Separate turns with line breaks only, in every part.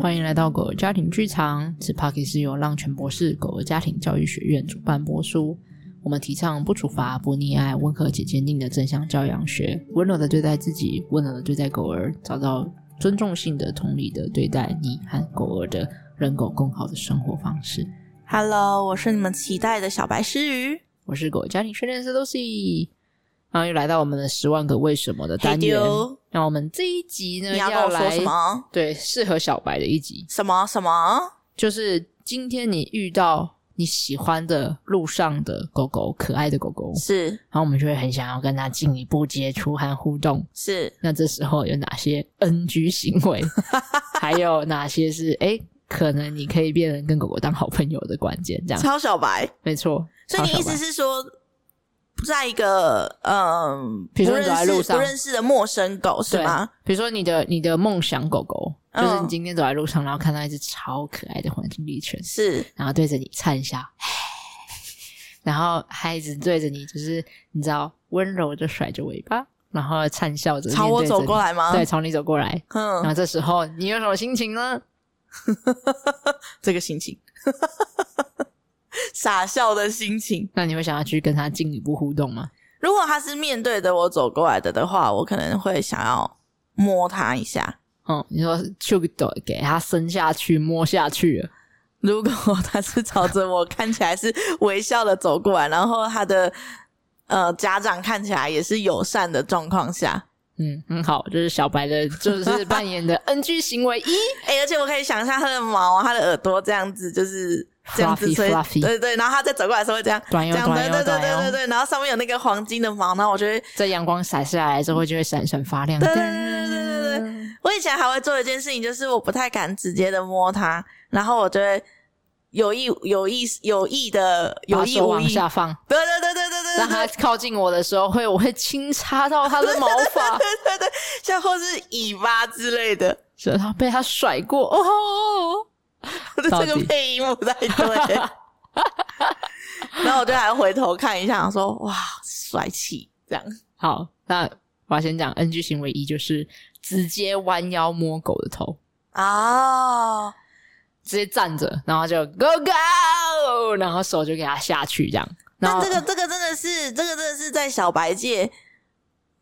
欢迎来到狗儿家庭剧场。此 p a r k 是由浪犬博士狗儿家庭教育学院主办播出。我们提倡不处罚、不溺爱、温和且坚定的正向教养学，温柔的对待自己，温柔的对待狗儿，找到尊重性的、同理的对待你和狗儿的人狗共好的生活方式。
Hello，我是你们期待的小白狮鱼。
我是狗儿家庭训练师 Lucy，然后又来到我们的十万个为什么的单元
嘿。丢
那我们这一集呢，
你要跟我说
来
什么？
对适合小白的一集，
什么什么？
就是今天你遇到你喜欢的路上的狗狗，可爱的狗狗，
是
然后我们就会很想要跟它进一步接触和互动。
是，
那这时候有哪些 NG 行为？还有哪些是哎、诶可能你可以变成跟狗狗当好朋友的关键？ 这样
超小白。
没错。
所以你
啊超
意
小白
思是说，在一个嗯，
比如
不
说你走在
认
路
识
上
不认识的陌生狗是
对
吗？？
比如说你的你的梦想狗狗，就
嗯
是你今天走在路上，然后看到一只超可爱的黄金猎犬，
是
然后对着你灿笑， 然后还一直对着你，就是你知道温柔的甩着尾巴，然后灿笑着
朝我走过
来，
来吗？
对，，朝你走过来。然
嗯，
后这时候你有什么心情呢？
这个心情， 傻笑的心情。
那你会想要去跟它进一步互动吗？
如果他是面对着我走过来的的话，我可能会想要摸他一下。
嗯，你说就给它伸下去、摸下去了，
如果他是朝着我看起来是微笑的走过来，然后他的呃家长看起来也是友善的状况下，
嗯，很好，就是小白的，就是扮演 的 NG 行为一。
哎、而且我可以想象他的毛啊、他的耳朵这样子，就是这样子
Fluffy，
所以
fluffy
对对，然后他再走过来的时候会这样，
短
这
腰
样
短
对
腰
对对
短
对对
腰，
对，然后上面有那个黄金的毛，然后我就会，
在阳光洒下来之后就会闪闪发亮。
对对对对对对我以前还会做一件事情，就是我不太敢直接的摸它，然后我就会有意有意有意的有
把
意
手
无
往
意，
下放，
对对对对对对对
让它靠近我的时候会，我会轻插到它的毛 发，
对对，像或是尾巴之类的，
所以它被它甩过哦。
我的
到
这
底
个配音不太 对。然后我就还回头看一下，想说哇，帅气这样。
好，那我要先讲 NG 行为一，就是直接弯腰摸狗的头，
哦，
直接站着，然后就 Go Go，然后手就给它下去这样。然
那
后
这个这个真的是，这个真的是在小白界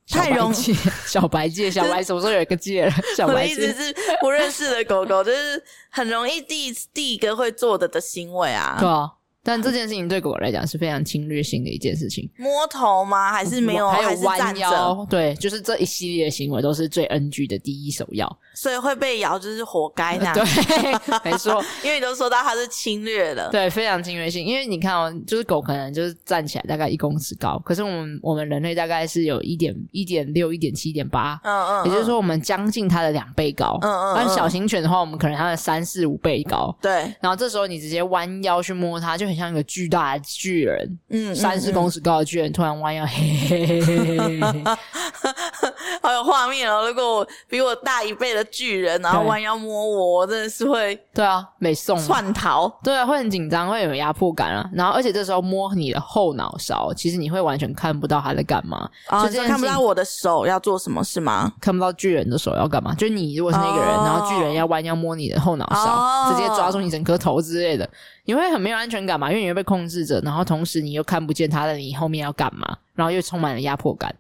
小白
太容
戒，小白戒，小白什么时候有一个戒了？小
我的
白
意思
戒。
是，不认识的 狗狗就是很容易第一第一个会做的的行为啊
对，啊，但这件事情对狗来讲是非常侵略性的一件事情。
摸头吗？还是没有？
还
还
有
是站
弯
着？
腰，对，就是这一系列的行为都是最 NG 的第一首要。
所以会被咬，就是活该那样。
对，没错，
因为你都说到它是侵略了。
对，非常侵略性。因为你看哦，就是狗可能就是站起来大概一公尺高，可是我们我们人类大概是有一点一点六、一点七、一点八，
嗯嗯，
也就是
嗯，
说我们将近它的两倍高。
嗯嗯
但
嗯
小型犬的话，我们可能它的三四五倍高。
对，
然后这时候你直接弯腰去摸它，就很像一个巨大的巨人，
嗯，
三十
嗯，
公尺高的巨人突然弯腰，嘿嘿嘿嘿嘿嘿嘿。
嗯 好有画面哦！如果我比我大一倍的巨人，然后
对
弯腰摸我，我真的是会
对啊，没送啊。
窜逃。
对，会很紧张，会有压迫感啊。然后，而且这时候摸你的后脑勺，其实你会完全看不到他在干嘛，
啊，
哦这
你
件
就
事
看不到我的手要做什么是吗？
看不到巨人的手要干嘛。就是你如果是那个人，
哦
然后巨人要弯腰摸你的后脑勺，
哦
直接抓住你整颗头之类的，你会很没有安全感嘛？因为你会被控制着，然后同时你又看不见他在你后面要干嘛，然后又充满了压迫 感。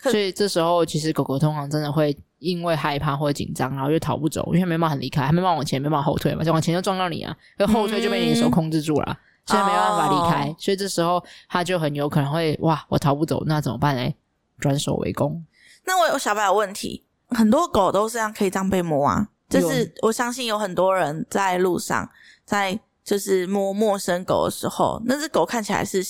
可
所以这时候，其实狗狗通常真的会因为害怕或紧张，然后就逃不走，因为它没办法很离开，它没办法往前，没办法后退嘛，就往前就撞到你啊，可后退就被你的手
嗯
控制住了啊。所以没办法离开
哦
所以这时候它就很有可能会哇，我逃不走，那怎么办嘞？转手为攻，
那我有小白有问题，很多狗都是这样可以这样被摸啊，就是我相信有很多人在路上在就是摸陌生狗的时候，那只狗看起来是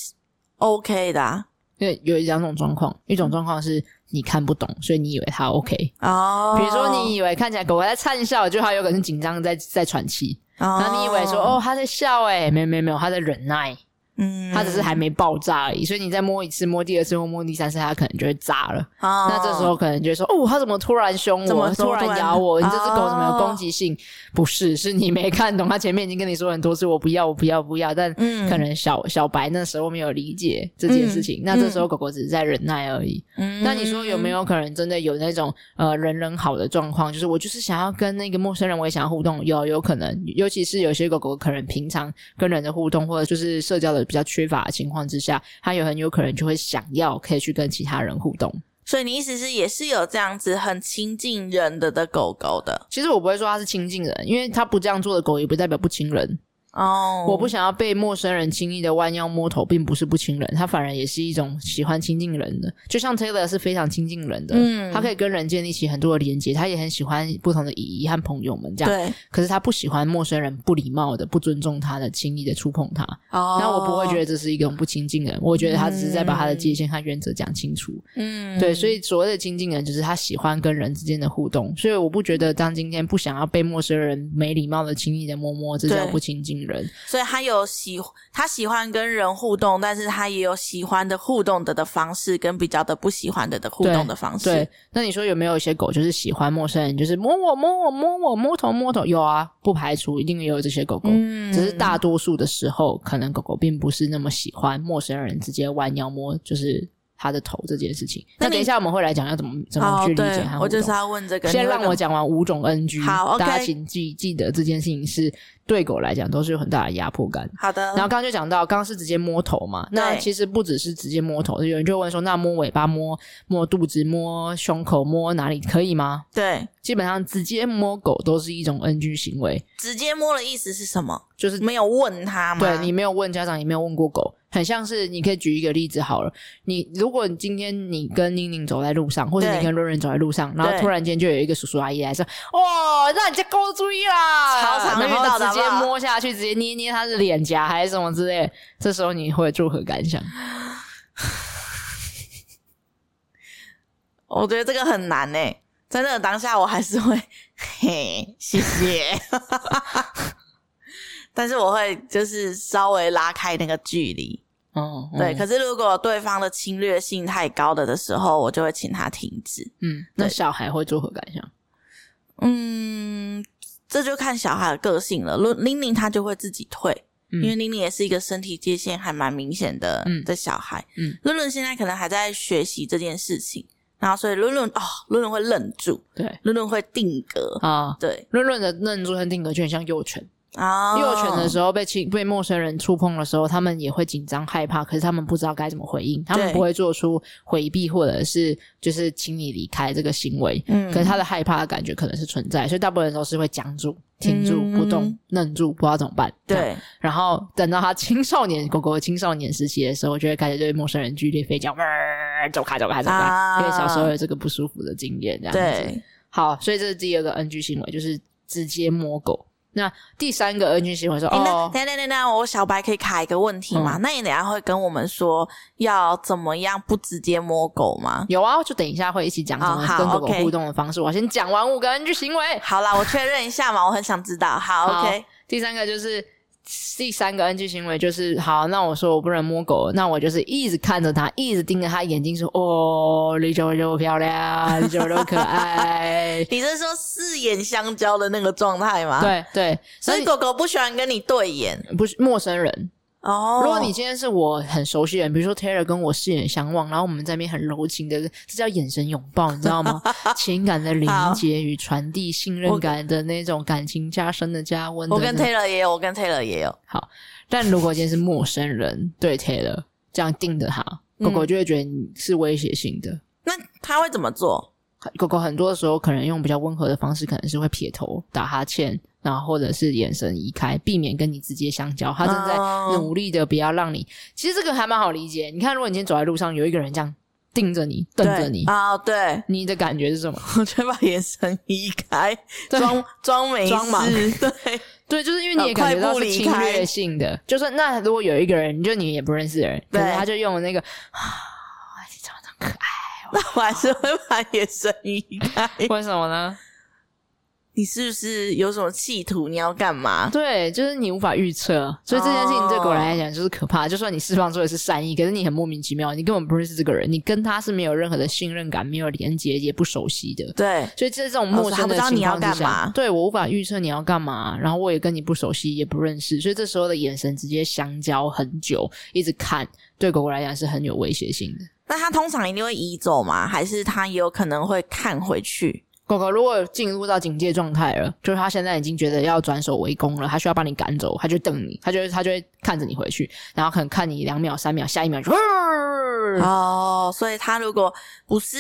OK 的啊。
因为有两种状况，一
嗯
种状况是你看不懂，所以你以为它 OK，
哦，
比如说你以为看起来狗狗在灿笑，就它有可能是紧张在在喘气，
哦，
哦欸然后你以为说哦它在笑哎、没有没有没有它在忍耐，
嗯，
它只是还没爆炸而已。所以你再摸一次、摸第二次或摸第三次，它可能就会炸了。
哦，
那这时候可能就会说：“哦，它怎么突然凶
怎么
我？
怎
突
么
然
突然
咬我？你这只狗怎么有
哦
攻击性？”不是，是你没看懂。它前面已经跟你说很多次“我不要，我不要，不要”，但
嗯
可能小小白那时候没有理解这件事情。
嗯
那这时候狗狗只是在忍耐而已。
嗯
那你说有没有可能真的有那种呃人人好的状况？就是我就是想要跟那个陌生人，我也想要互动，有有可能，尤其是有些狗狗可能平常跟人的互动或者就是社交的比较缺乏的情况之下，它有很有可能就会想要可以去跟其他人互动。
所以你意思是也是有这样子很亲近人的的狗狗的
其实我不会说它是亲近人，因为它不这样做的狗也不代表不亲人。
哦？
我不想要被陌生人轻易的弯腰摸头，并不是不亲人，它反而也是一种喜欢亲近人的。就像 Taylor 是非常亲近人的，
嗯
他可以跟人建立起很多的连接，他也很喜欢不同的姨姨和朋友们这样。
对
可是他不喜欢陌生人不礼貌的、不尊重他的、轻易的触碰他。
哦，
那我不会觉得这是一种不亲近人，我觉得他只是在把他的界限和原则讲清楚。
嗯
对，所
以
以所谓的亲近人，就是他喜欢跟人之间的互动。所以我不觉得当今天不想要被陌生人没礼貌的轻易的摸摸，这叫
对
不亲近人。
所以他有喜他喜欢跟人互动，但是他也有喜欢的互动的的方式，跟比较的不喜欢的的互动的方式。
对，那你说有没有一些狗就是喜欢陌生人，就是摸我摸我摸我摸头摸头？有啊，不排除一定也有这些狗狗，
嗯
只是大多数的时候，可能狗狗并不是那么喜欢陌生人直接弯腰摸，就是它的头这件事情。
那
那
你
等一下我们会来讲要怎么怎么
哦
去，理解
对
和互，动。
我就是要问这个。
先
你会
让
怎
我
么
讲完五种 NG，
好，OK
大家请记记得这件事情是对狗来讲都是有很大的压迫感。
好的，
然后刚刚就讲到，刚刚是直接摸头嘛，那
嗯对
其实不只是直接摸头，有人就会问说，那摸尾巴、摸摸肚子、摸胸口、摸哪里可以吗？
对
基本上直接摸狗都是一种 NG 行为，
直接摸的意思是什么？
就是
没有问他吗？
对你没有问家长，也没有问过狗，很像是你可以举一个例子好了。你如果你今天你跟宁宁走在路上，或者你
对
跟润润走在路上，然后
对
突然间就有一个叔叔阿姨来说：“哦，让你家狗注意啦！”
超常遇
然后
到的
直接
好不好
摸下去，直接捏捏它的脸颊还是什么之类。这时候你会作何感想？
我觉得这个很难欸诶、真的当下我还是会， 嘿，谢谢， 但是我会就是稍微拉开那个距离，
哦，
对。
嗯
可是如果对方的侵略性太高了的时候，我就会请他停止。
嗯，那小孩会作何感想？
嗯，这就看小孩的个性了。如玲玲她就会自己退，
嗯
因为玲玲也是一个身体界限还蛮明显的、
嗯
的小孩。
嗯，
伦伦现在可能还在学习这件事情，然后所以伦伦哦，伦伦会愣住，
对
伦伦会定格。
啊。
对，
润润的认住和定格就很像幼犬，
啊、
幼犬的
候，
时候被亲被陌生人触碰的时候，他们也会紧张害怕，可是他们不知道该怎么回应，他们
对
不会做出回避或者是就是请你离开这个行为。
嗯
可是他的害怕的感觉可能是存在，所以大部分人都是会僵住、停住、
嗯
不动、愣住，不知道怎么办。这样，
对，
然后等到他青少年狗狗青少年时期的时候，就会开始对陌生人剧烈吠叫，呃走开、走开、走开，
啊
因为小时候有这个不舒服的经验。这样子
对，
好，所以这是第二个 NG 行为，就是直接摸狗。那第三个 NG 行为说，
诶那
哦，嗯
等一下等一下等一下，我小白可以卡一个问题吗？那你等一下会跟我们说要怎么样不直接摸狗吗？
有啊，就等一下会一起讲怎
哦
么
好
跟狗狗
OK
互动的方式。我先讲完五个 NG 行为。
好啦，我确认一下嘛，我很想知道。好
好
o k
第三个就是第三个 NG 行为就是，好，那我说我不能摸狗，那我就是一直看着它，一直盯着它眼睛说，哦，
。
你九九漂亮，你九九可爱
你是说四眼相交的那个状态吗？，
对对，
啊所
所
以
以
狗狗不喜欢跟你对眼
不是陌生人，
哦。
如果你今天是我很熟悉的人，比如说 Taylor 跟我四眼相望，然后我们在那边很柔情的，这叫眼神拥抱，你知道 吗？情感的连接与传递，信任感的那种感情加深的加温。
我跟
等等
Taylor 也有，我跟 Taylor 也有，
但如果今天是陌生人对 Taylor 这样盯着他，
嗯
狗狗就会觉得你是威胁性的。
那他会怎么做？
狗狗很多时候可能用比较温和的方式，可能是会撇头、打哈欠，然后或者是眼神移开，避免跟你直接相交。它正
哦
在努力的不要让你。其实这个还蛮好理解。你看，如果你今天走在路上，有一个人这样盯着你、瞪着你
对，啊、对，
你的感觉是什么？
我就把眼神移开，
对
装装没事，
装忙
对，
对，就是因为
呃
你也感觉到是侵略性的。就是那如果有一个人，就你也不认识的人，可
对
是他就用那个啊，你长得可爱，
那我还是会把眼神移开。
为什么呢？
你是不是有什么企图？你要干嘛？
对，就是你无法预测，所以这件事情对狗来讲就是可怕。就算你释放出的是善意，可是你很莫名其妙，你根本不认识这个人，你跟他是没有任何的信任感，没有连接，也不熟悉的。
对，
所以在这种
哦
陌
所以
生
他不
的
知道
情
你要
况之
干
下
嘛，
对我无法预测你要干嘛，然后我也跟你不熟悉，也不认识，所以这时候的眼神直接相交很久，一直看，对狗狗来讲是很有威胁性的。
那他通常一定会移走吗？还是他也有可能会看回去？
狗狗如果进入到警戒状态了，就是它现在已经觉得要转手为攻了，它需要把你赶走，它就瞪你，它就它就会看着你回去，然后可能看你两秒、三秒，下一秒就，嗯
哦，所以他如果不是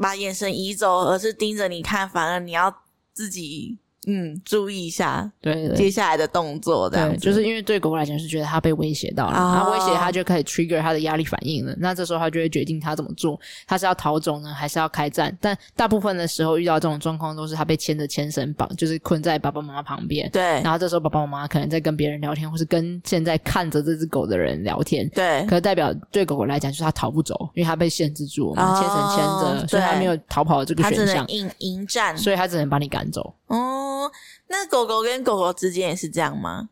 把眼神移走，而是盯着你看，反而你要自己嗯注意一下
对 对对
接下来的动作，这样
对，
子
就是因为对狗狗来讲是觉得它被威胁到了，
哦
它威胁它就开始 trigger 它的压力反应了。那这时候它就会决定它怎么做，它是要逃走呢，还是要开战？但大部分的时候遇到这种状况，都是它被牵着牵绳绑，就是困在爸爸妈妈旁边。
对
然后这时候爸爸妈妈可能在跟别人聊天，或是跟现在看着这只狗的人聊天。
对
可是代表对狗狗来讲，就是它逃不走，因为它被限制住了嘛，
哦
牵绳牵着，所以它
对
没有逃跑的这个
他只
选
能
项，
迎迎战。
所以它只能把你赶走。
哦，那狗狗跟狗狗之间也是这样吗？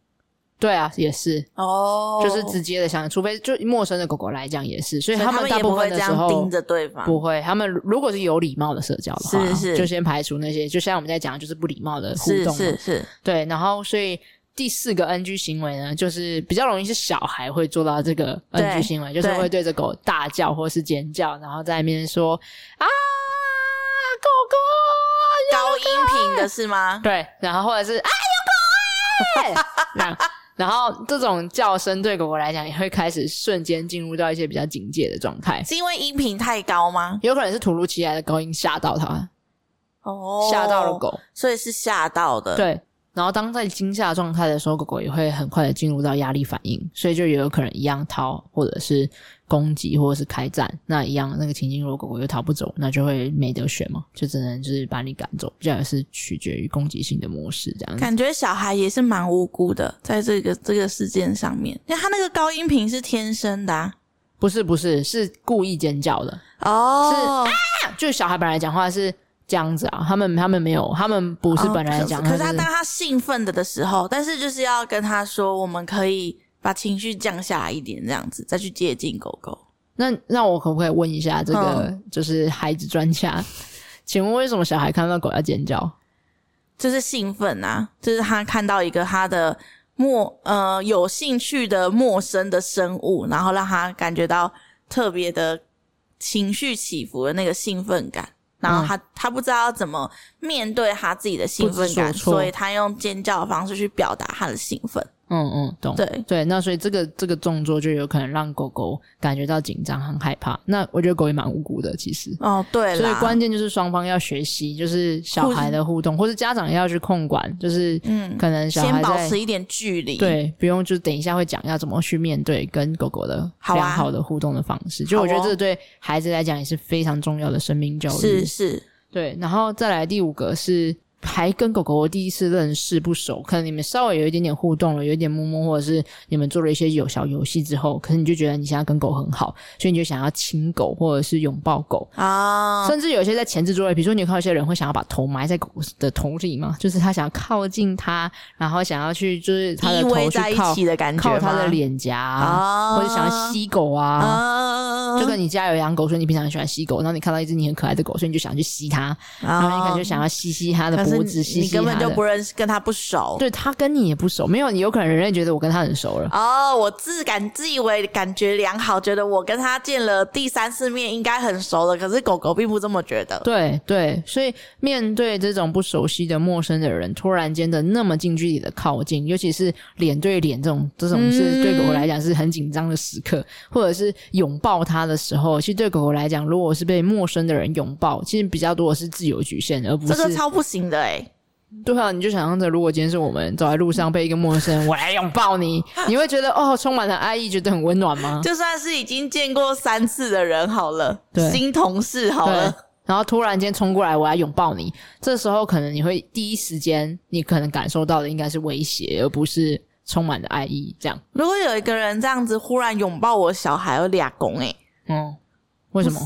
对啊，也是，
哦，
就是直接的想，除非就陌生的狗狗来讲也是，所以
所以
他
他
们
们
大
也不
部
会
分
这
的时
样盯
候。
着对方。
不会，他们如果是有礼貌的社交的话，
是是
就先排除那些，就像我们在讲，就是不礼貌的互
是
动嘛。
是是，
对，然后所以第四个 NG 行为呢，就是比较容易是小孩会做到这个
对
NG 行为，就是
对
会对着狗大叫或是尖叫，然后在那边说啊，狗 狗要
高音频
欸
的是吗？
对，然后或者是啊有狗 哎、那样然后这种叫声对狗狗来讲也会开始瞬间进入到一些比较警戒的状态，
是因为音频太高吗？
有可能是突如其来的高音吓到它，
哦，
吓到了，狗，
所以是吓到的。，
对。然后当在惊吓状态的时候，狗狗也会很快的进入到压力反应，所以就也有可能一样逃，或者是攻击，或者是开战。那一样那个情境，如果狗狗又逃不走，那就会没得选
嗯
嘛，就只能就是把你赶走。这样也是取决于攻击性的模式，这样子。
感觉小孩也是蛮无辜的，在这个这个事件上面，因为他那个高音频是天生的、啊、
不是不是，是故意尖叫的。
哦，
就小孩本来讲话是这样子啊，他们他们没有，他们不是本来讲，
哦可是可是
他
他
们
当他兴奋的的时候，但是就是要跟他说，我们可以把情绪降下来一点，这样子再去接近狗狗。
那那我可不可以问一下这个
嗯
就是孩子专家？请问为什么小孩看到狗要尖叫？
就是兴奋啊，就是他看到一个他的陌呃有兴趣的陌生的生物，然后让他感觉到特别的情绪起伏的那个兴奋感，然
嗯
后他、他不知道怎么面对他自己的兴奋感，
不知所措
所以他用尖叫的方式去表达他的兴奋。
嗯嗯，懂。
对
对，那所以这个这个动作就有可能让狗狗感觉到紧张、很害怕。那我觉得狗也蛮无辜的，其实。
哦，对
所以
啦，
关键就是双方要学习，就是小孩的互动，或是家长要去控管，就是
嗯
可能小
先
孩
保
在
持一点距离。，
对，不用就等一下会讲要怎么去面对跟狗狗的
好啊哦
良好的互动的方式。就我觉得这对孩子来讲也是非常重要的生命教育。
是是，
对，然后再来第五个是还跟狗狗第一次认识不熟，可能你们稍微有一点点互动了，有一点摸摸，或者是你们做了一些有小游戏之后，可是你就觉得你现在跟狗很好，所以你就想要亲狗或者是拥抱狗。
啊，
甚至有些在前置作业，比如说你有看到一些人会想要把头埋在狗的头里嘛，就是他想要靠近它，然后想要去就是它的
依
头
偎
去
在一
靠
起的感觉
靠它
吗
的脸颊啊，
啊，
或者想要吸狗啊。
啊，
就跟你家有养狗，所以你平常很喜欢吸狗，然后你看到一只你很可爱的狗，所以你就想去吸它，然
啊
后你可能就想要吸吸它的
哦可是
脖
你
子，吸
你
吸
根
它
本就
的
不。认识，跟他不熟。
对，它跟你也不熟，没有，有可能人类觉得我跟它很熟了。
哦，我自感自以为感觉良好，觉得我跟他见了第三次面应该很熟了，可是狗狗并不这么觉得。
对对，所以面对这种不熟悉的陌生的人，突然间的那么近距离的靠近，尤其是脸对脸这种，这种是对狗狗来讲是很紧张的时刻，或者是拥抱它的时候，其实对狗狗来讲，如果是被陌生的人拥抱，其实比较多的是自由局限，而不
这
是
个超不行的哎、
对啊，你就想象着，如果今天是我们走在路上被一个陌生人我来拥抱你，你会觉得哦，充满了爱意，觉得很温暖吗？
就算是已经见过三次的人好了，
对
新同事好
对
了，。
然后突然间冲过来，我要拥抱你，这时候可能你会第一时间，你可能感受到的应该是威胁，而不是充满了爱意。这样，
如果有一个人这样子忽然拥抱我小孩，有俩公哎、
嗯，为什么？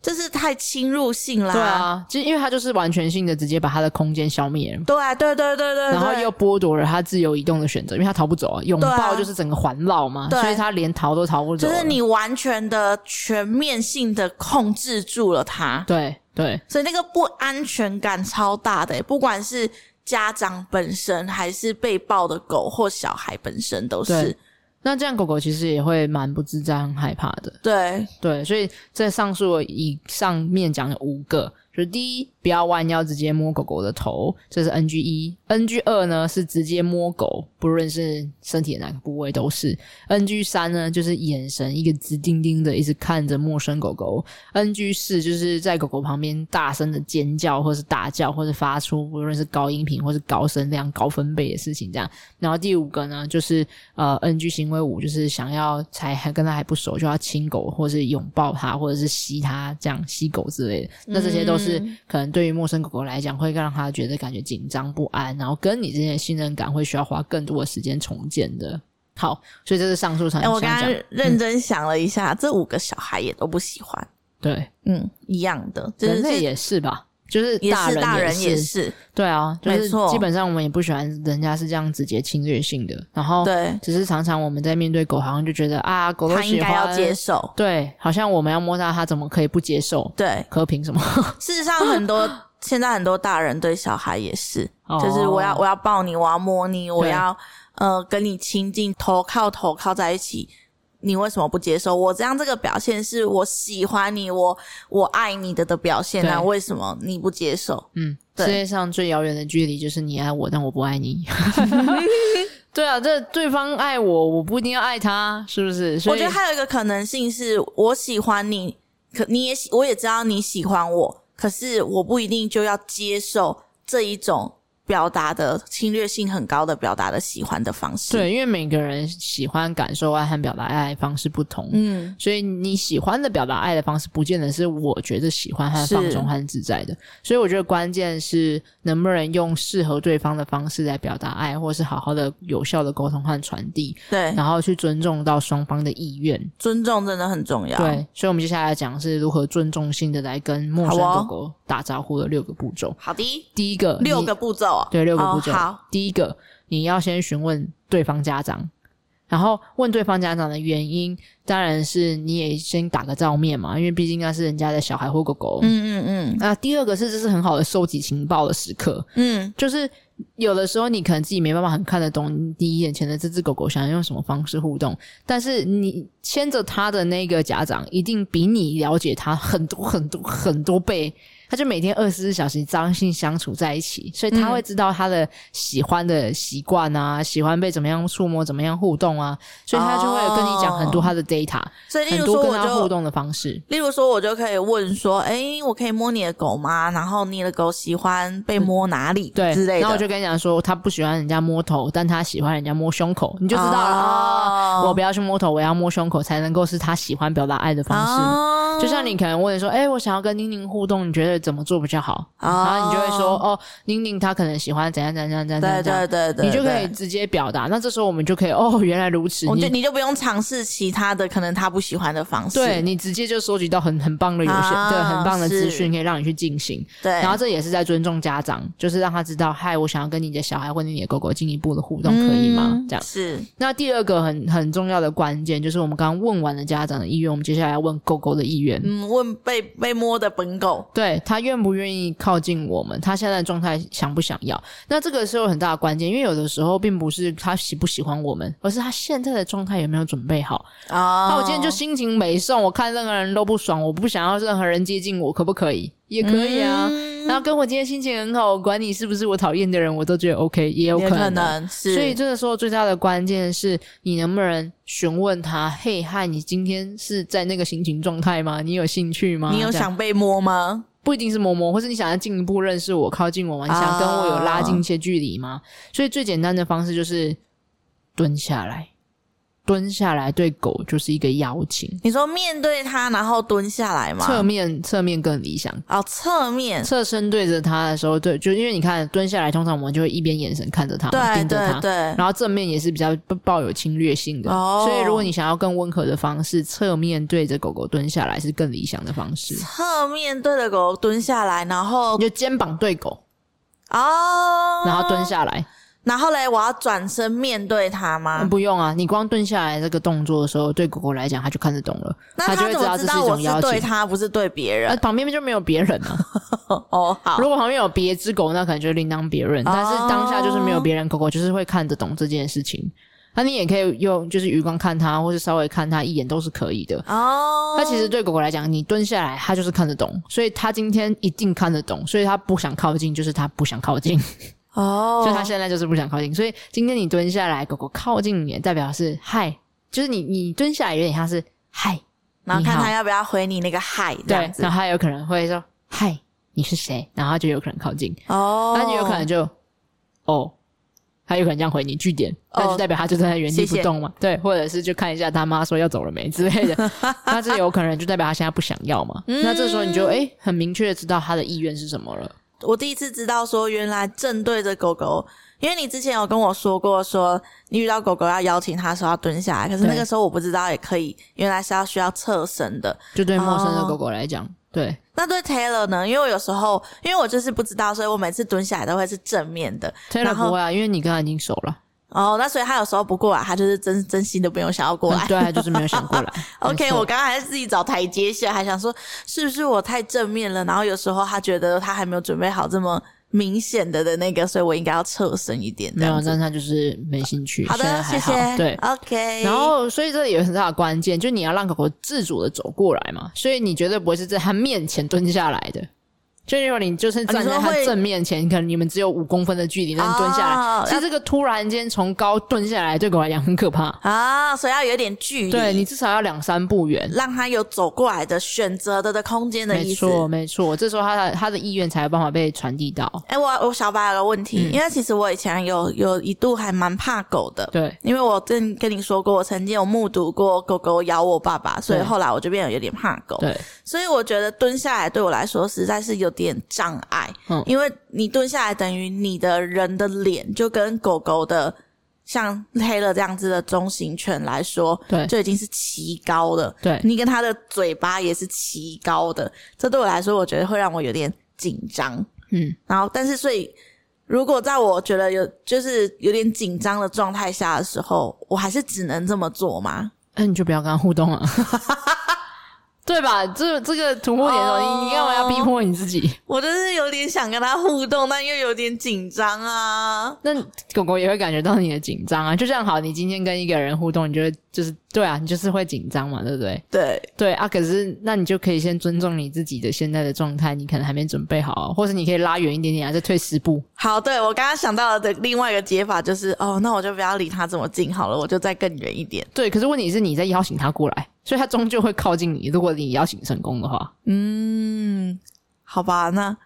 这是太侵入性啦。
对，啊，就因为它就是完全性的直接把它的空间消灭了嘛，
对啊对对对对对，
然后又剥夺了它自由移动的选择，因为它逃不走啊。拥
对啊
抱就是整个环绕嘛，
对
所以它连逃都逃不走啊
就
了。
是你完全的全面性的控制住了他，
对对
所以那个不安全感超大的、欸不管是家长本身，还是被抱的狗或小孩本身，都是
那这样狗狗其实也会蛮不自在、很害怕的。
对
对，所以在上述的以上面讲有五个，就是第一，不要弯腰直接摸狗狗的头，这是 NG 一；NG 二呢是直接摸狗，不论是身体的哪个部位都是；NG 三呢就是眼神一个直盯盯的一直看着陌生狗狗；NG 四就是在狗狗旁边大声的尖叫，或是大叫，或是发出不论是高音频或是高声量、高分贝的事情这样。然后第五个呢，就是呃 NG 行为五，就是想要才还跟他还不熟，就要亲狗或是拥抱它，或者是吸它，这样吸狗之类的。那这些都是
嗯
可能对于陌生狗狗来讲，会让它觉得感觉紧张不安，然后跟你之间的信任感会需要花更多的时间重建的。好，所以这是上述场
哎、
嗯想
我刚
讲
刚认真想了一下，这五个小孩也都不喜欢，
对
嗯，一样的，就
人
是
类也是吧，就是
也是大
人
人也
是
是，
对啊，就
没
是
错
基本上我们也不喜欢人家是这样直接侵略性的，然后
对，
只是常常我们在面对狗，好像就觉得啊，狗哦都
他应
喜
该要
欢，
接受。
对，好像我们要摸它，它怎么可以不接受？
对，
可凭 什么？
事实上 很多现在很多大人对小孩也是，
哦
就是我要我要抱你，我要摸你，我要呃跟你亲近，头靠头靠在一起。你为什么不接受我这样这个表现？是我喜欢你，我我爱你的的表现啊？
对
为什么你不接受？
嗯，世
对
界上最遥远的距离就是你爱我，但我不爱 你。对啊，这对方爱我，我不一定要爱他，是不是？所
我
以
觉得还有一个可能性是我喜欢你，可你也喜我也知道你喜欢我，可是我不一定就要接受这一种表达的侵略性很高的表达的喜欢的方式。，
对，因为每个人喜欢、感受爱和表达爱的方式不同，
嗯，
所以你喜欢的表达爱的方式，不见得是我觉得喜欢和
是
放松和自在的。所以我觉得关键是能不能用适合对方的方式来表达爱，或是好好的、有效的沟通和传递，
对，
然后去尊重到双方的意愿。
尊重真的很重要。，
对，所以我们接下来讲是如何尊重性的来跟陌生
好
狗
哦
狗打招呼的六个步骤。
好的，
第一个，
六
你
个步骤哦，
对六个步骤。
哦好，
第一个，你要先询问对方家长，然后问对方家长的原因，当然是你也先打个照面嘛，因为毕竟那是人家的小孩或狗狗。
嗯嗯
那第二个是，这是很好的收集情报的时刻，
嗯
就是有的时候你可能自己没办法很看得懂你眼前的这只狗狗想用什么方式互动，但是你牵着它的那个家长一定比你了解它很多很多很多倍。他就每天二十四小时张性相处在一起，所以他
嗯
会知道他的喜欢的习惯啊，喜欢被怎么样触摸，怎么样互动啊，所以他就会跟你讲很多他的 data，、
嗯，所以例
很
如
多
说
跟
我
他互
就。
动的方式。
例如说，我就可以问说：“哎，我可以摸你的狗吗？然后你的狗喜欢被摸哪里、
嗯对，
之类
然后
的。”
我就跟你讲说，他不喜欢人家摸头，但他喜欢人家摸胸口，你就知道了
哦
啊、我不要去摸头，我要摸胸口，才能够是他喜欢表达爱的方式。
哦
就像你可能问说，哎、我想要跟宁宁互动，你觉得怎么做比较好？
哦
然后你就会说，哦，宁宁她可能喜欢怎样怎样怎样怎
对
样怎样，
对对对，
你就可以
对。
直接表达。那这时候我们就可以，哦，原来如此，
我就
你
你就不用尝试其他的，可能他不喜欢的方式。
对你直接就收集到很很棒的有些、
啊
对很棒的资
是
讯，可以让你去进行。
对，
然后这也是在尊重家长，就是让他知道，嗨，我想要跟你的小孩或者你的狗狗进一步的互动，可以吗？
嗯
这样。
是
那第二个很很重要的关键就是我们刚刚问完了家长的意愿，我们接下来要问狗狗的意愿，
嗯，问被被摸的本狗，
对他愿不愿意靠近我们，他现在的状态想不想要？那这个是有很大的关键，因为有的时候并不是他喜不喜欢我们，而是他现在的状态有没有准备好。
哦
那、我今天就心情没送，我看任何人都不爽，我不想要任何人接近我，可不可以？也可以啊。
嗯
然后跟我今天心情很好，我管你是不是我讨厌的人，我都觉得 OK，也有
也
可能。啊
可能啊是，
所以这个时候最大的关键是你能不能询问他：“嘿，嗨，你今天是在那个心情状态吗？你有兴趣吗？
你有
啊这样
想被摸吗？
不一定是摸摸，或是你想要进一步认识我、靠近我吗？你
哦
想跟我有拉近一些距离吗？所以最简单的方式就是蹲下来，蹲下来对狗就是一个邀请。
你说面对它，然后蹲下来吗？
侧面侧面更理想，
哦，侧面，
侧身对着它的时候，对，就因为你看蹲下来，通常我们就会一边眼神看着它嘛，
对
盯着它
对，对，
然后正面也是比较不抱有侵略性的，
哦
所以如果你想要更温和的方式，侧面对着狗狗蹲下来是更理想的方式。
侧面对着狗蹲下来，然后
你就肩膀对狗，
哦，
然后蹲，下来，
然后嘞，我要转身面对它吗？
不用啊，你光蹲下来这个动作的时候，对狗狗来讲，它就看得懂了，
那
它就
它
会
怎么
道
知
这是
道
一
我
种邀
是对
请。
它，不是对别
呃，
人？
旁边就没有别人啊。
哦， 好，
如果旁边有别只狗，那可能就另当别论。但是当下就是没
哦
有别人，狗狗就是会看得懂这件事情。那你也可以用就是余光看它，或是稍微看它一眼都是可以的。
哦，
它其实对狗狗来讲，你蹲下来，它就是看得懂，所以它今天一定看得懂，所以它不想靠近，就是它不想靠近，
哦，
所以它现在就是不想靠近。所以今天你蹲下来，狗狗靠近你，代表是嗨，就是你你蹲下来有点像是嗨，
然后看
你好
它要不要回你那个嗨这
对
样，子
然，后它有可能会说嗨，你是谁？然后它就有可能靠近，
哦，
那就有可能就哦。它有可能这样回你据点，
哦
那就代表它就站在原地
谢
不
谢
动嘛。对，或者是就看一下他妈说要走了没之类 的，那这有可能就代表他现在不想要嘛。
嗯
那这时候你就哎、诶很明确的知道他的意愿是什么了。
我第一次知道说，原来正对着狗狗，因为你之前有跟我说过说你遇到狗狗要邀请它的时候要蹲下来，可是
对
那个时候我不知道也可以，原来是要需要侧身的。
就对陌生的
哦
狗狗来讲，对，
那对 Taylor 呢？因为我有时候，因为我就是不知道，所以我每次蹲下来都会是正面的。
t a
然
y
后
不会啊，因为你跟他已经熟了，
哦，那所以他有时候不过来，他就是真真心的没有想要过
嗯
来。。
对，他就是没有想过来
OK，
嗯没错
我刚刚还自己找台阶下，还想说是不是我太正面了，然后有时候他觉得他还没有准备好这么明显的的那个，所以我应该要侧身一点。这
没有，啊
样子
但他就是没兴趣。
好
现在
的，
还
谢
好
谢。
对，
，OK。
然后，所以这里有很大的关键，就你要让狗狗自主的走过来嘛，所以你绝对不会是在它面前蹲下来的。就如果你就是站在
啊你说
它
会
正面前，可能你们只有五公分的距离，那你蹲下来，
哦
其实这个突然间从高蹲下来，对狗来讲很可怕。
啊，所以要有点距离，
对你至少要两三步远，
让他有走过来的选择的的空间的
没
意思。
错没错，这时候它的它的意愿才有办法被传递到。
哎、我我小白有个问
嗯
题，因为其实我以前有有一度还蛮怕狗的，
对，
因为我跟跟你说过，我曾经有目睹过狗狗咬我爸爸，所以
对
后来我就变得有点怕狗。
对，
所以我觉得蹲下来对我来说实在是有点障碍，
嗯
因为你蹲下来等于你的人的脸就跟狗狗的像黑了这样子的中型犬来说，
对
就已经是奇高了。
对
你跟它的嘴巴也是奇高的，这对我来说，我觉得会让我有点紧张。
嗯，
然后，但是所以。如果在我觉得有就是有点紧张的状态下的时候，我还是只能这么做吗？
那、你就不要跟它互动啊， 对吧？这这个突破点的时候，你你干嘛要逼迫你自己？
我就是有点想跟他互动，但又有点紧张啊。
那狗狗也会感觉到你的紧张啊，就像好，你今天跟一个人互动，你就会就是对啊，你就是会紧张嘛，对不对？
对，
对啊，可是那你就可以先尊重你自己的现在的状态，你可能还没准备好啊，或者你可以拉远一点点啊，再退十步。
好，对我刚刚想到的另外一个解法就是，哦，那我就不要离他这么近好了，我就再更远一点。
对，可是问题是你在邀请它过来，所以它终究会靠近你。如果你邀请成功的话，
嗯，好吧，那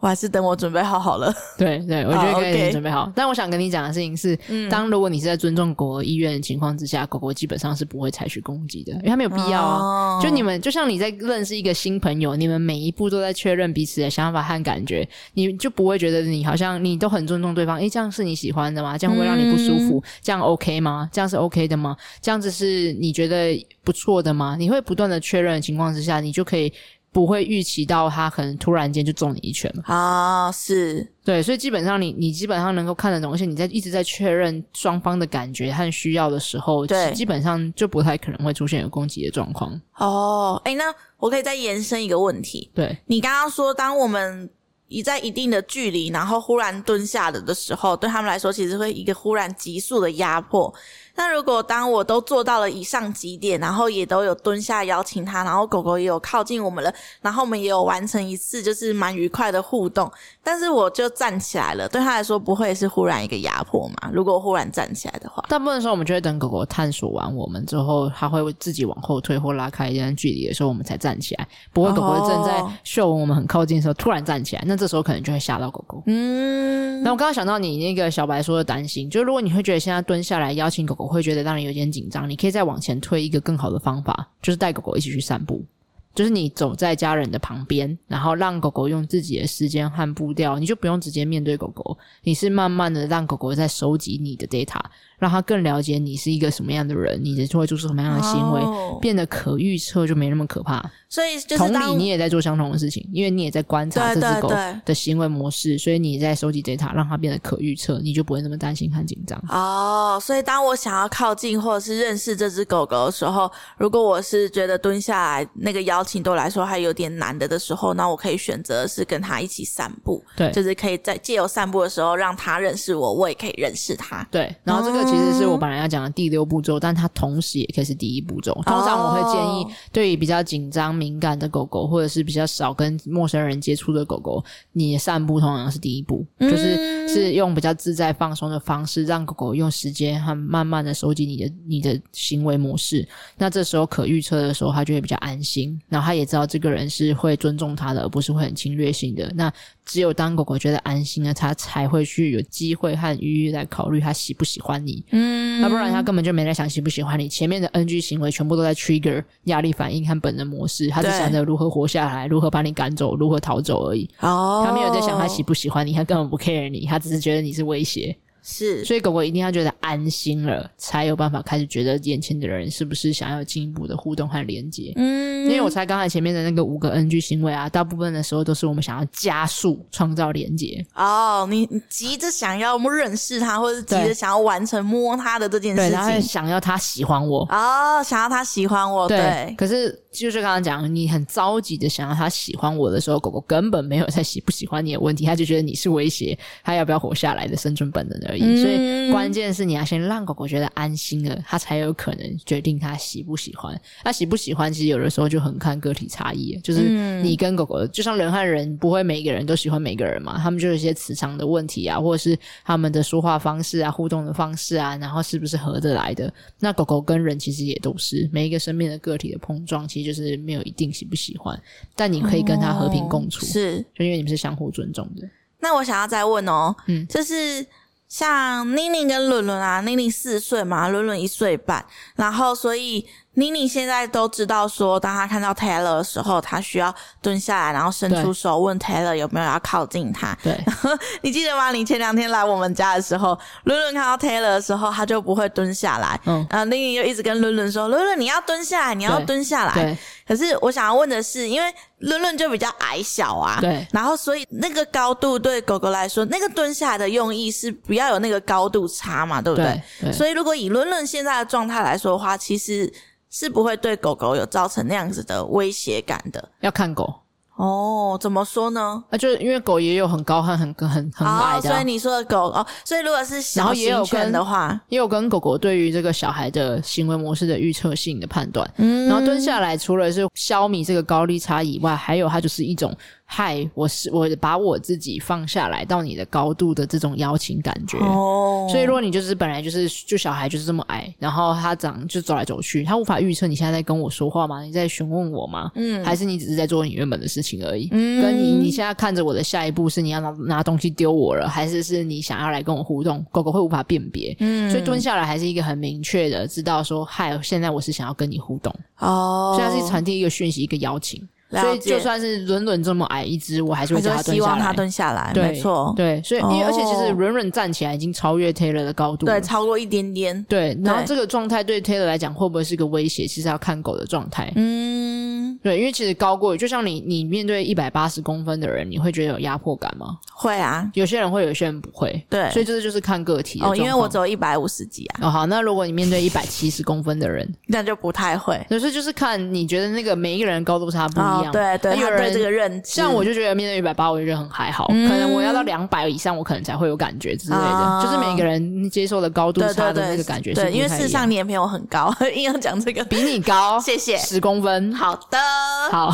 我还是等我准备好好了。
对对，我觉得
好
可以
OK
准备好。但我想跟你讲的事情是，当如果你是在尊重狗的意愿的情况之下，狗狗基本上是不会采取攻击的，因为它没有必要啊。
哦
就你们，就像你在认识一个新朋友，你们每一步都在确认彼此的想法和感觉，你就不会觉得你好像你都很尊重对方。诶，这样是你喜欢的吗？这样会不会让你不舒服？
嗯
这样 OK 吗？这样是 OK 的吗？这样子是你觉得不错的吗？你会不断的确认的情况之下，你就可以不会预期到他可能突然间就中你一拳嘛。
啊、是
对，所以基本上你你基本上能够看得懂，而且你在一直在确认双方的感觉和需要的时候，
对
基本上就不太可能会出现有攻击的状况。
哦，哎，那我可以再延伸一个问题，
对，
你刚刚说，当我们一在一定的距离，然后忽然蹲下了的时候，对他们来说其实会一个忽然急速的压迫。那如果当我都做到了以上几点，然后也都有蹲下邀请他，然后狗狗也有靠近我们了，然后我们也有完成一次就是蛮愉快的互动，但是我就站起来了，对他来说不会是忽然一个压迫嘛？如果忽然站起来的话，
大部分的时候我们就会等狗狗探索完我们之后，它会自己往后退或拉开一段距离的时候，我们才站起来。不会，狗狗正在
哦
嗅闻我们很靠近的时候突然站起来，那这时候可能就会吓到狗狗。
嗯
那我刚刚想到你那个小白说的担心，就如果你会觉得现在蹲下来邀请狗狗狗会觉得让你有点紧张，你可以再往前推一个更好的方法，就是带狗狗一起去散步。就是你走在家人的旁边，然后让狗狗用自己的时间和步调，你就不用直接面对狗狗，你是慢慢的让狗狗在收集你的 data，让它更了解你是一个什么样的人，你会做出什么样的行为，
哦
变得可预测就没那么可怕。
所以就是
同
当
理，你也在做相同的事情，因为你也在观察
对
这只
对
狗
对
的行为模式，所以你在收集 data，让它变得可预测，你就不会那么担心和紧张。
哦，所以当我想要靠近或者是认识这只狗狗的时候，如果我是觉得蹲下来那个邀请对我来说还有点难的的时候，那我可以选择是跟它一起散步，
对
就是可以在借由散步的时候让它认识我，我也可以认识它。
对，然后这个其实是我本来要讲的第六步骤，但它同时也可以是第一步骤。通常我会建
哦
议，对于比较紧张、敏感的狗狗，或者是比较少跟陌生人接触的狗狗，你的散步通常是第一步，就是是用比较自在、放松的方式，让狗狗用时间和慢慢的收集你的你的行为模式。那这时候可预测的时候，它就会比较安心，然后它也知道这个人是会尊重它的，而不是会很侵略性的。那只有当狗狗觉得安心了，它才会去有机会和余裕来考虑它喜不喜欢你。
嗯
要不然它根本就没在想喜不喜欢你。前面的 NG 行为全部都在 trigger 压力反应和本能模式，它只
对
想着如何活下来，如何把你赶走，如何逃走而已。
哦，
它没有在想它喜不喜欢你，它根本不 care 你，它只是觉得你是威胁。
是
所以狗狗一定要觉得安心了，才有办法开始觉得眼前的人是不是想要进一步的互动和连接。
嗯
因为我猜刚才前面的那个五个 NG 行为啊，大部分的时候都是我们想要加速创造连接。
哦，你你急着想要认识它，或者急着
对
想要完成摸它的这件
对，
事
然后
情。
想要他喜欢我。
哦，想要它喜欢我，哦对，
可是就是刚刚讲，你很着急的想要他喜欢我的时候，狗狗根本没有在喜不喜欢你的问题，它就觉得你是威胁，它要不要活下来的生存本能而已。
嗯
所以关键是你要先让狗狗觉得安心了，它才有可能决定它喜不喜欢。那喜不喜欢，其实有的时候就很看个体差异，就是
嗯
你跟狗狗，就像人和人，不会每一个人都喜欢每个人嘛，他们就有一些磁场的问题啊，或者是他们的说话方式啊、互动的方式啊，然后是不是合得来的。那狗狗跟人其实也都是每一个生命的个体的碰撞，其实就是没有一定喜不喜欢，但你可以跟它和平共处，
哦是，
就因为你们是相互尊重的。
那我想要再问哦，
嗯
就是像宁宁跟伦伦啊，宁宁四岁嘛，伦伦一岁半，然后所以宁宁现在都知道说，当他看到 Taylor 的时候，他需要蹲下来，然后伸出
对
手问 Taylor 有没有要靠近他。
对，
你记得吗？你前两天来我们家的时候，伦伦看到 Taylor 的时候，他就不会蹲下来。
嗯，
然后宁宁就一直跟伦伦说：“伦伦，你要蹲下来，你要
对
蹲下来。”
对，
可是我想要问的是，因为论论就比较矮小啊，
对
然后所以那个高度对狗狗来说，那个蹲下来的用意是不要有那个高度差嘛，对不
对
对？，
对，
所以如果以论论现在的状态来说的话，其实是不会对狗狗有造成那样子的威胁感的。
要看狗。
哦，怎么说呢？
啊，就是因为狗也有很高和很很很很
哦
矮，的啊、
所以你说的狗哦，所以如果是
然
小
后也有
型犬
跟
的话，
也有跟狗狗对于这个小孩的行为模式的预测性的判断。
嗯
然后蹲下来，除了是消弭这个高低差以外，还有它就是一种“嗨，我是我把我自己放下来到你的高度”的这种邀请感觉。
哦，
所以，如果你就是本来就是就小孩就是这么矮，然后他长就走来走去，他无法预测你现在在跟我说话吗？你在询问我吗？
嗯
还是你只是在做你原本的事情而已？
嗯
跟你你现在看着我的下一步是你要拿拿东西丢我了，还是是你想要来跟我互动？狗狗会无法辨别，
嗯
所以蹲下来还是一个很明确的，知道说嗨，现在我是想要跟你互动，
哦，
所以它是传递一个讯息，一个邀请。
了
所以
解
就算是伦伦这么矮一只，我还是
我
会
就
叫它蹲
希
下
望
来。
它蹲下来，
对
没错，
对，所以因为、
哦
而且其实伦伦站起来已经超越 Taylor 的高度了
对，超过一点点。
对，然后
对
这个状态对 Taylor 来讲会不会是个威胁？其实要看狗的状态。
嗯，
对，因为其实高过，就像你，你面对一百八十公分的人，你会觉得有压迫感吗？
会啊，
有些人会，有些人不会。
对
所以这就是看个体的
哦，因
状
为
况
我只有一百五十几啊，
哦好，那如果你面对一百七十公分的人，
那就不太会。
所以就是看你觉得那个每一个人高度差不一
哦
样。，
对对，
那有
他对
人
这个认知，
像我就觉得面对一百八，我就觉得很还好，
嗯
可能我要到两百以上，我可能才会有感觉之类的。
啊
就是每个人接受的高度
对
差
对
的那
对
个感觉是
对，因为
不太
事实
一样
上你也没有很高， 硬要讲这个。
比你高
谢谢，
十公分，
好的，
好，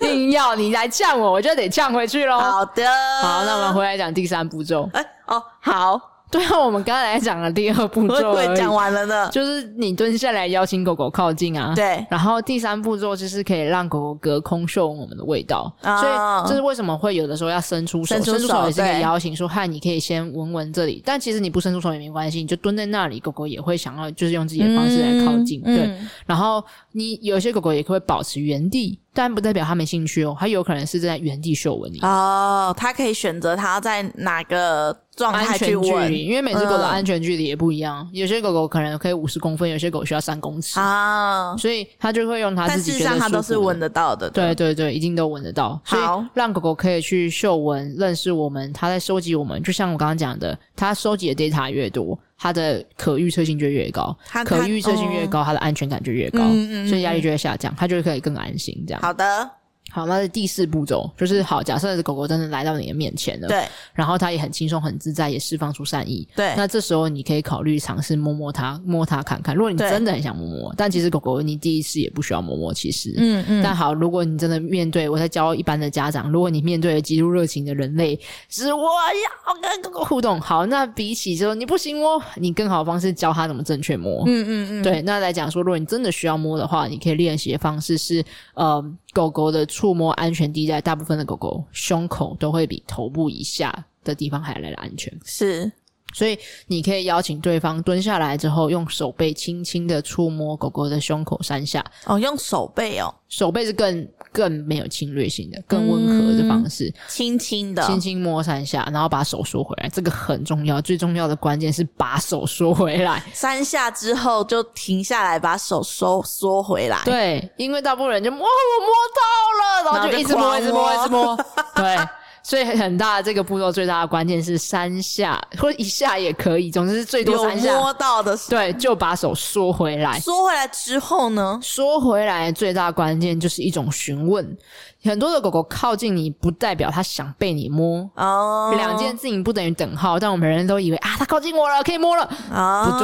硬要你来呛我，我就得呛回去喽。
好的，
好，那我们回来讲第三步骤。
哎哦，好，
对啊，我们刚才讲了第二步骤
我
而已，
也讲完了呢。
就是你蹲下来邀请狗狗靠近啊。。
对，
然后第三步骤就是可以让狗狗隔空嗅我们的味道，
啊
所以这是为什么会有的时候要伸出手，
伸
伸
出手
也是可
对
以邀请说，嗨，你可以先闻闻这里，但其实你不伸出手也没关系，你就蹲在那里，狗狗也会想要就是用自己的方式来靠近，
嗯
对。
嗯
然后你有些狗狗也会保持原地，但不代表它没兴趣哦，它有可能是在原地嗅闻你。
哦，他可以选择他要在哪个状
安
态去
全距
闻
离，因为每只狗
嗯
的安全距离也不一样，有些狗狗可能可以五十公分，有些狗需要三公尺，
啊，
所以它就会用它
但
自
事
己觉
实
得
上他
舒服
都是闻
的。
得到的。
对，对对，一定都闻得到，所
好
以让狗狗可以去嗅闻、认识我们，它在收集我们。就像我刚刚讲的，它收集的 data 越多，它的可预测性就越高，
它
可
它
预测性越高，它的安全感就越高，
哦嗯嗯嗯
所以压力就会下降，它就可以更安心。这样
嗯好的，
好，那是第四步骤，就是好，假设狗狗真的来到你的面前了，
对
然后它也很轻松、很自在，也释放出善意。
对，
那这时候你可以考虑尝试摸摸它，摸它看看。如果你
对
真的很想摸摸，但其实狗狗你第一次也不需要摸摸，其实。
嗯嗯，
但好，如果你真的面对我在教一般的家长，如果你面对了极度热情的人类，是我要跟狗狗互动。好，那比起说你不行哦，你更好的方式教它怎么正确摸。
嗯嗯嗯，
对，那来讲说，如果你真的需要摸的话，你可以练习的方式是，呃，狗狗的触摸安全地带，大部分的狗狗胸口都会比头部以下的地方还来的安全，
是
所以你可以邀请对方蹲下来之后，用手背轻轻的触摸狗狗的胸口三下，
哦，用手背哦，
手背是更更没有侵略性的、更温和
嗯
的方式，
轻轻的，
轻轻摸三下，然后把手缩回来，这个很重要，最重要的关键是把手缩回 来。
三下之后就停下来，把手收缩回来。
对，因为大部分人就摸我摸到了，然
然后
后
就
就一直摸，
狂
一直摸，
摸
一直摸。对，所以很大的这个步骤最大的关键是三下或一下也可以，总之是最多
有
三下。
摸到的，
对，就把手缩回来。
缩回来之后呢？
缩回来最大关键就是一种询问。很多的狗狗靠近你，不代表它想被你摸。
哦，
两件事情不等于等号，但我们人都以为啊，它靠近我了，可以摸了。
啊，
不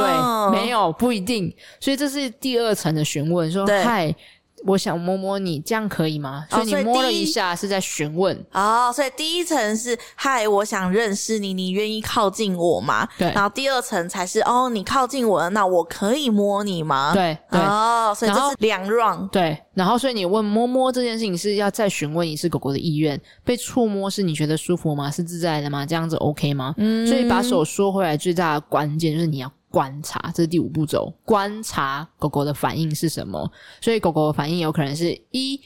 对，没有，不一定。所以这是第二层的询问，说
对
嗨，我想摸摸你，这样可以吗？
哦
所以你
所以
摸了
第一
一下是在询问，
哦，所以第一层是嗨，我想认识你，你愿意靠近我吗？
对
然后第二层才是哦，你靠近我了，那我可以摸你吗？，
对对。
啊哦，所以这
然
是
后
两 round，
对，然后所以你问摸摸这件事情是要再询问一次狗狗的意愿，被触摸是你觉得舒服吗？是自在的吗？这样子 OK 吗？
嗯
所以把手缩回来，最大的关键就是你要观察，这是第五步骤，观察狗狗的反应是什么。所以狗狗的反应有可能是一。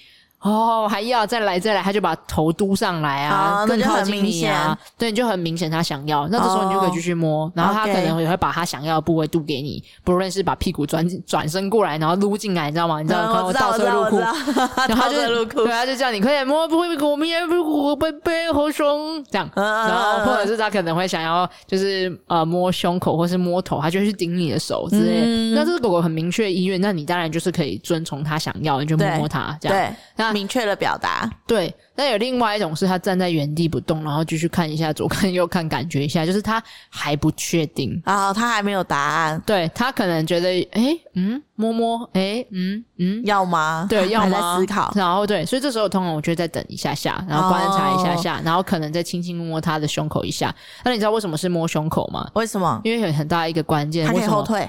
哦，还要再来再来，它就把头嘟上来啊，
哦那
更
就
靠
很
近
明哦
你啊，对，你就很明显它想要，那这时候你就可以继续摸，然后它
OK
可能也会把它想要的部位嘟给你，不论是把屁股转转身过来，然后撸进来，你知道吗？你知道，可
嗯
能
我
会
知道，
倒
我
车
知道，
入
我
库
知，道，
然后 他
倒
就
车入库
对，，他就叫你快点摸，不会我们也不我被被猴熊这样，
嗯
然后或者是他可能会想要就是呃摸胸口或是摸头，他就会去顶你的手之类的。
嗯
那这个狗狗很明确的意愿，那你当然就是可以遵从它想要，你就摸摸它这样。
对，
那
明确的表达，
对，那有另外一种是它站在原地不动，然后继续看一下左看右看，感觉一下，就是它还不确定。
然后他还没有答案，
对它可能觉得，诶，嗯，摸摸，诶，嗯嗯，
要吗？
对，要
还在
吗
思考，哦
然后对，所以这时候通常我就会再等一下下，然后观察一下下，然后可能再轻轻摸他的胸口一下。那你知道为什么是摸胸口吗？
为什么？
因为有很大一个关键，
他可
为
以
什
后
么？
退，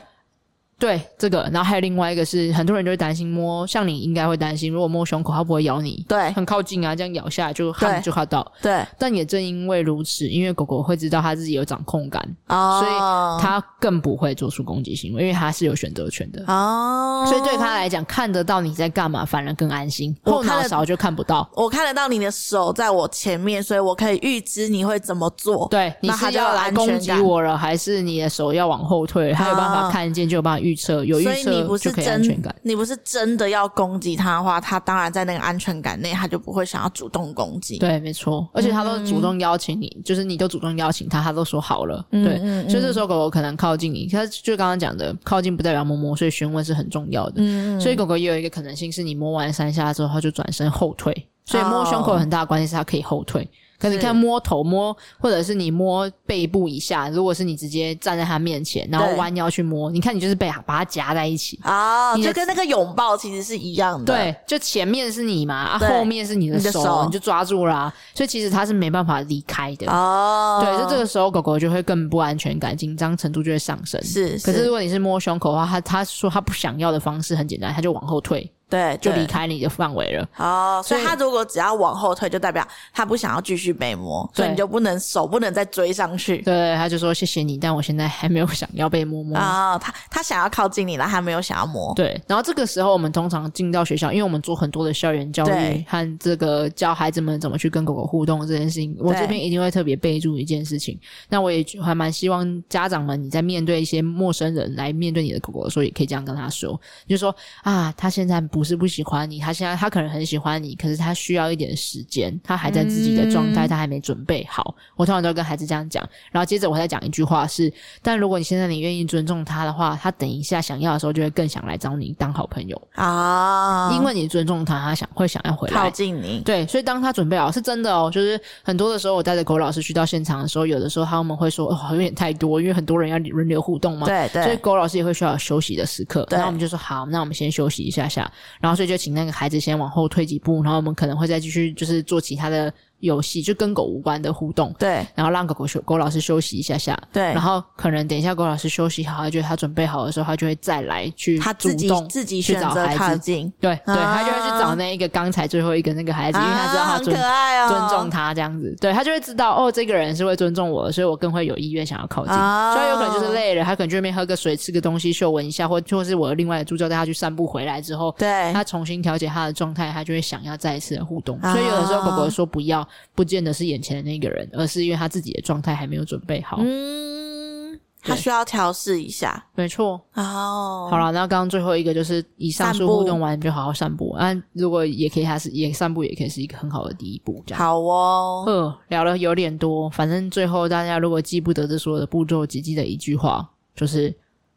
对这个，然后还有另外一个是，很多人就会担心摸，像你应该会担心，如果摸胸口，它不会咬你，
对
很靠近啊，这样咬下来就
对
汗就靠到。
对，
但也正因为如此，因为狗狗会知道它自己有掌控感，
哦，
它更不会做出攻击行为，因为它是有选择权的。
哦，
所以对它来讲，看得到你在干嘛，反而更安心。
我
后
看
脑
得
勺就看不到。
我看得到你的手在我前面，所以我可以预知你会怎么做。
对，你
那它
是
就有
要
安
来
全
攻击
感哦
我了，还是你的手要往后退？它有办法看见，就有办法预测，有预
所以你不
测
是
就可以安全
真
感。，
你不是真的要攻击他的话，他当然在那个安全感内，他就不会想要主动攻击。
对，没错，而且它都主动邀请你，就是你都主动邀请它，它都说好了。对，
嗯
所以这时候狗狗可能靠近你，它就刚刚讲的，靠近不代表摸摸，所以询问是很重要的。
嗯
所以狗狗也有一个可能性是，你摸完三下之后，它就转身后退，所以摸胸口有很大的关键是它可以后
哦
退。可你看
是
摸头摸，或者是你摸背部以下，如果是你直接站在它面前，然后
对
弯腰去摸，你看你就是被它把它夹在一起。
啊，
你的
就跟那个拥抱其实是一样的。
对，就前面是你嘛，啊，
对
后面是你的
你的
手，
手
你就抓住啦、所以其实它是没办法离开的。
哦，
对，就这个时候狗狗就会更不安全感，紧张程度就会上升。
是，
可是如果你是摸胸口的话，它它说它不想要的方式很简单，它就往后退，
对
就
对
离开你的范围了。
哦，所
所
以
以
他如果只要往后退，就代表他不想要继续被摸，
对
所以你就不能手不能再追上去
对，他就说谢谢你，但我现在还没有想要被摸摸。
啊、哦他他想要靠近你了，他没有想要摸。
对，然后这个时候我们通常进到学校，因为我们做很多的校园教育
对
和这个教孩子们怎么去跟狗狗互动这件事情，我这
对
边一定会特别备注一件事情。那我也还蛮希望家长们你在面对一些陌生人来面对你的狗狗的时候，也可以这样跟他说，就说啊，他现在不是不喜欢你，他现在他可能很喜欢你，可是他需要一点时间，他还在自己的状态，他还没准备好。我通常都会跟孩子这样讲，然后接着我再讲一句话是，但如果你现在你愿意尊重他的话，他等一下想要的时候就会更想来找你当好朋友，
啊、
因为你尊重他，他想会想要回
靠
来。
近你，
对，所以当他准备好，是真的哦。就是很多的时候，我带着狗老师去到现场的时候，有的时候他们会说哦，有点太多，因为很多人要轮流互动嘛。
对
所以
对
狗老师也会需要有休息的时刻，
对
然后我们就说好，那我们先休息一下下，然后所以就请那个孩子先往后退几步，然后我们可能会再继续就是做其他的游戏，就跟狗无关的互动，
对
然后让狗狗休狗老师休息一下下，
对，
然后可能等一下狗老师休息好，他觉得他准备好的时候，他就会再来去
他
主
自己
动
自己
去
选
找
择
孩
靠
子
近，
对对，
啊
他就会去找那一个刚才最后一个那个孩子，因为他知道
啊
他
很
尊
可爱哦，
尊重他这样子，对他就会知道哦，这个人是会尊重我的，所以我更会有意愿想要靠近。
哦
所以有可能就是累了，他可能去那边喝个水、吃个东西、嗅闻一下，或或是我另外的助教带他去散步回来之后，
对
他重新调节他的状态，他就会想要再一次的互动。
哦
所以有的时候狗狗说不要，不见得是眼前的那个人，而是因为他自己的状态还没有准备好。
嗯，他
对
需要调试一下。
没错。
哦，
好了，那刚刚最后一个就是以上述
散步
互动完就好好散步。那、如果也可以，它是也散步也可以是一个很好的第一步，这样。
好哦，
呃，聊了有点多，反正最后大家如果记不得这所有的步骤，只记得一句话，就是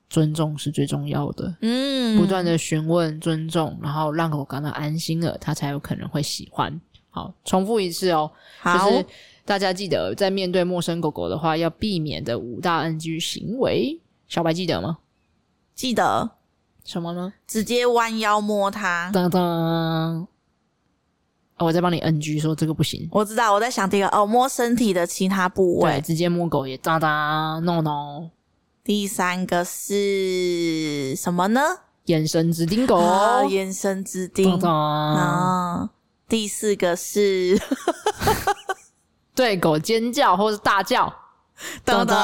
尊重是最重要的。
嗯，
不断的询问、尊重，然后让狗感到安心了，它才有可能会喜欢。好，重复一次哦，
好
就是大家记得在面对陌生狗狗的话，要避免的五大 NG 行为。小白记得吗？
记得
什么呢？
直接弯腰摸它。
当当，哦我在帮你 NG 说这个不行。
我知道，我在想第一个哦，摸身体的其他部
对，
位。
直接摸狗也当当 no no，
第三个是什么呢？
眼神直盯狗，
啊眼神直盯
当当，
啊。第四 个是
对狗尖叫或是大叫，
当当。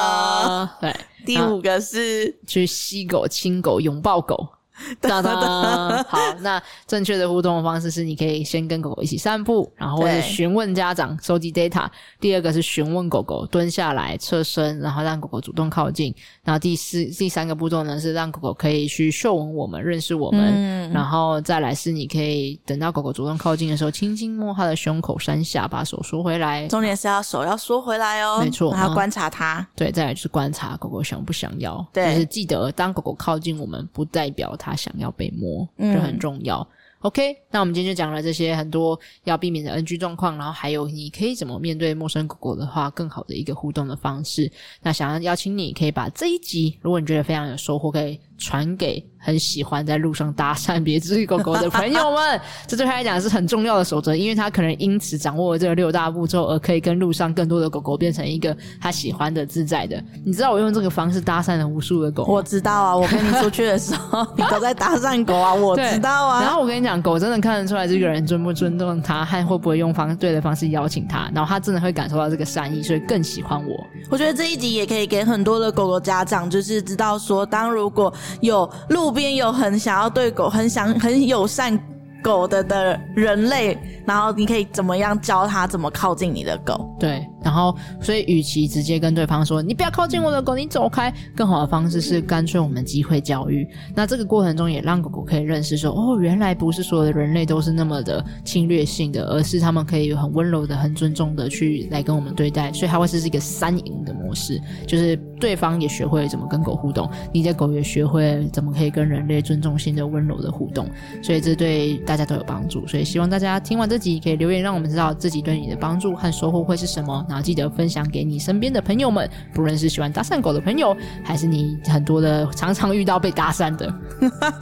当，对，
第五个是
去吸狗、亲狗、拥抱狗。 当当，好，那正确的互动方式是，你可以先跟狗狗一起散步，然后或者
对
询问家长收集 data。第二个是询问狗狗蹲下来、侧身，然后让狗狗主动靠近。然后第四、第三个步骤呢是让狗狗可以去嗅闻我们、认识我们，
嗯，
然后再来是你可以等到狗狗主动靠近的时候，轻轻摸它的胸口、山下，把手缩回来，
重点是要手要缩回来哦，
没错
然
嗯
后观察它。
对，再来就是观察狗狗想不想要，
对
就是记得当狗狗靠近我们，不代表它想要被摸，
嗯
这很重要。OK，那我们今天就讲了这些很多要避免的 NG 状况，然后还有你可以怎么面对陌生狗狗的话，更好的一个互动的方式。那想要邀请你，可以把这一集，如果你觉得非常有收获，可以传给很喜欢在路上搭讪别只狗狗的朋友 们。这对他来讲是很重要的守则，因为他可能因此掌握了这六大步骤，而可以跟路上更多的狗狗变成一个他喜欢的、自在的。你知道我用这个方式搭讪了无数的狗吗，
我知道啊，我跟你出去的 时候，你都在搭讪狗啊，我
对
知道啊。
然后我跟你讲，狗真的看得出来这个人尊不尊重他，和会不会用方对的方式邀请他，然后他真的会感受到这个善意，所以更喜欢我。
我觉得这一集也可以给很多的狗狗家长，就是知道说，当如果有路边有很想要对狗、很想很友善狗的的人类，然后你可以怎么样教它怎么靠近你的狗。
对，然后，所以与其直接跟对方说“你不要靠近我的狗，你走开”，更好的方式是干脆我们机会教育。那这个过程中也让狗狗可以认识说，哦，原来不是所有的人类都是那么的侵略性的，而是他们可以很温柔的、很尊重的去来跟我们对待。所以它会是一个三赢的模式，就是对方也学会了怎么跟狗互动，你的狗也学会了怎么可以跟人类尊重性的、温柔的互动。所以这对大家都有帮助。所以希望大家听完这集可以留言，让我们知道自己对你的帮助和收获会是什么。然后记得分享给你身边的朋友们，不论是喜欢搭讪狗的朋友，还是你很多的常常遇到被搭讪 的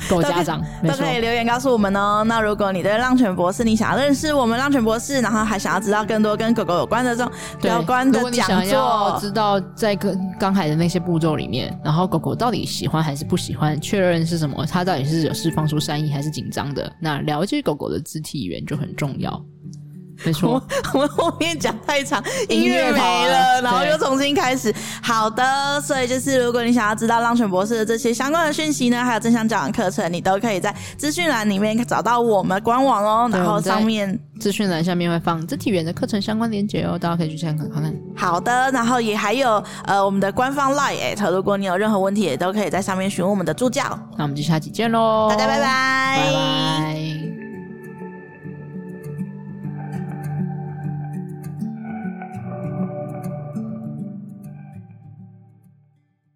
狗家长，没
都
错
可。以留言告诉我们哦。那如果你对浪犬博士，你想要认识我们浪犬博士，然后还想要知道更多跟狗狗有关的这种
对
有关
如
的
果你
讲
想要
座，
知道在跟刚才的那些步骤里面，然后狗狗到底喜欢还是不喜欢，确认是什么，它到底是有释放出善意还是紧张的，那了解狗狗的肢体语言就很重要。没错，
我们后面讲太长，音
音乐
乐
跑
没
了
了，然后
对
又重新开始。好的，所以就是如果你想要知道浪犬博士的这些相关的讯息呢，还有正向教养课程，你都可以在资讯栏里面找到我们官网哦。
对
然
我
后
们在
上面
资讯栏下面会放肢体语言的课程相关链接哦，大家可以去参考看看。
好的，然后也还有呃我们的官方 Line 哎 at，如果你有任何问题，也都可以在上面询问我们的助教。
那我们就下期见喽，
大家拜拜
哦拜拜。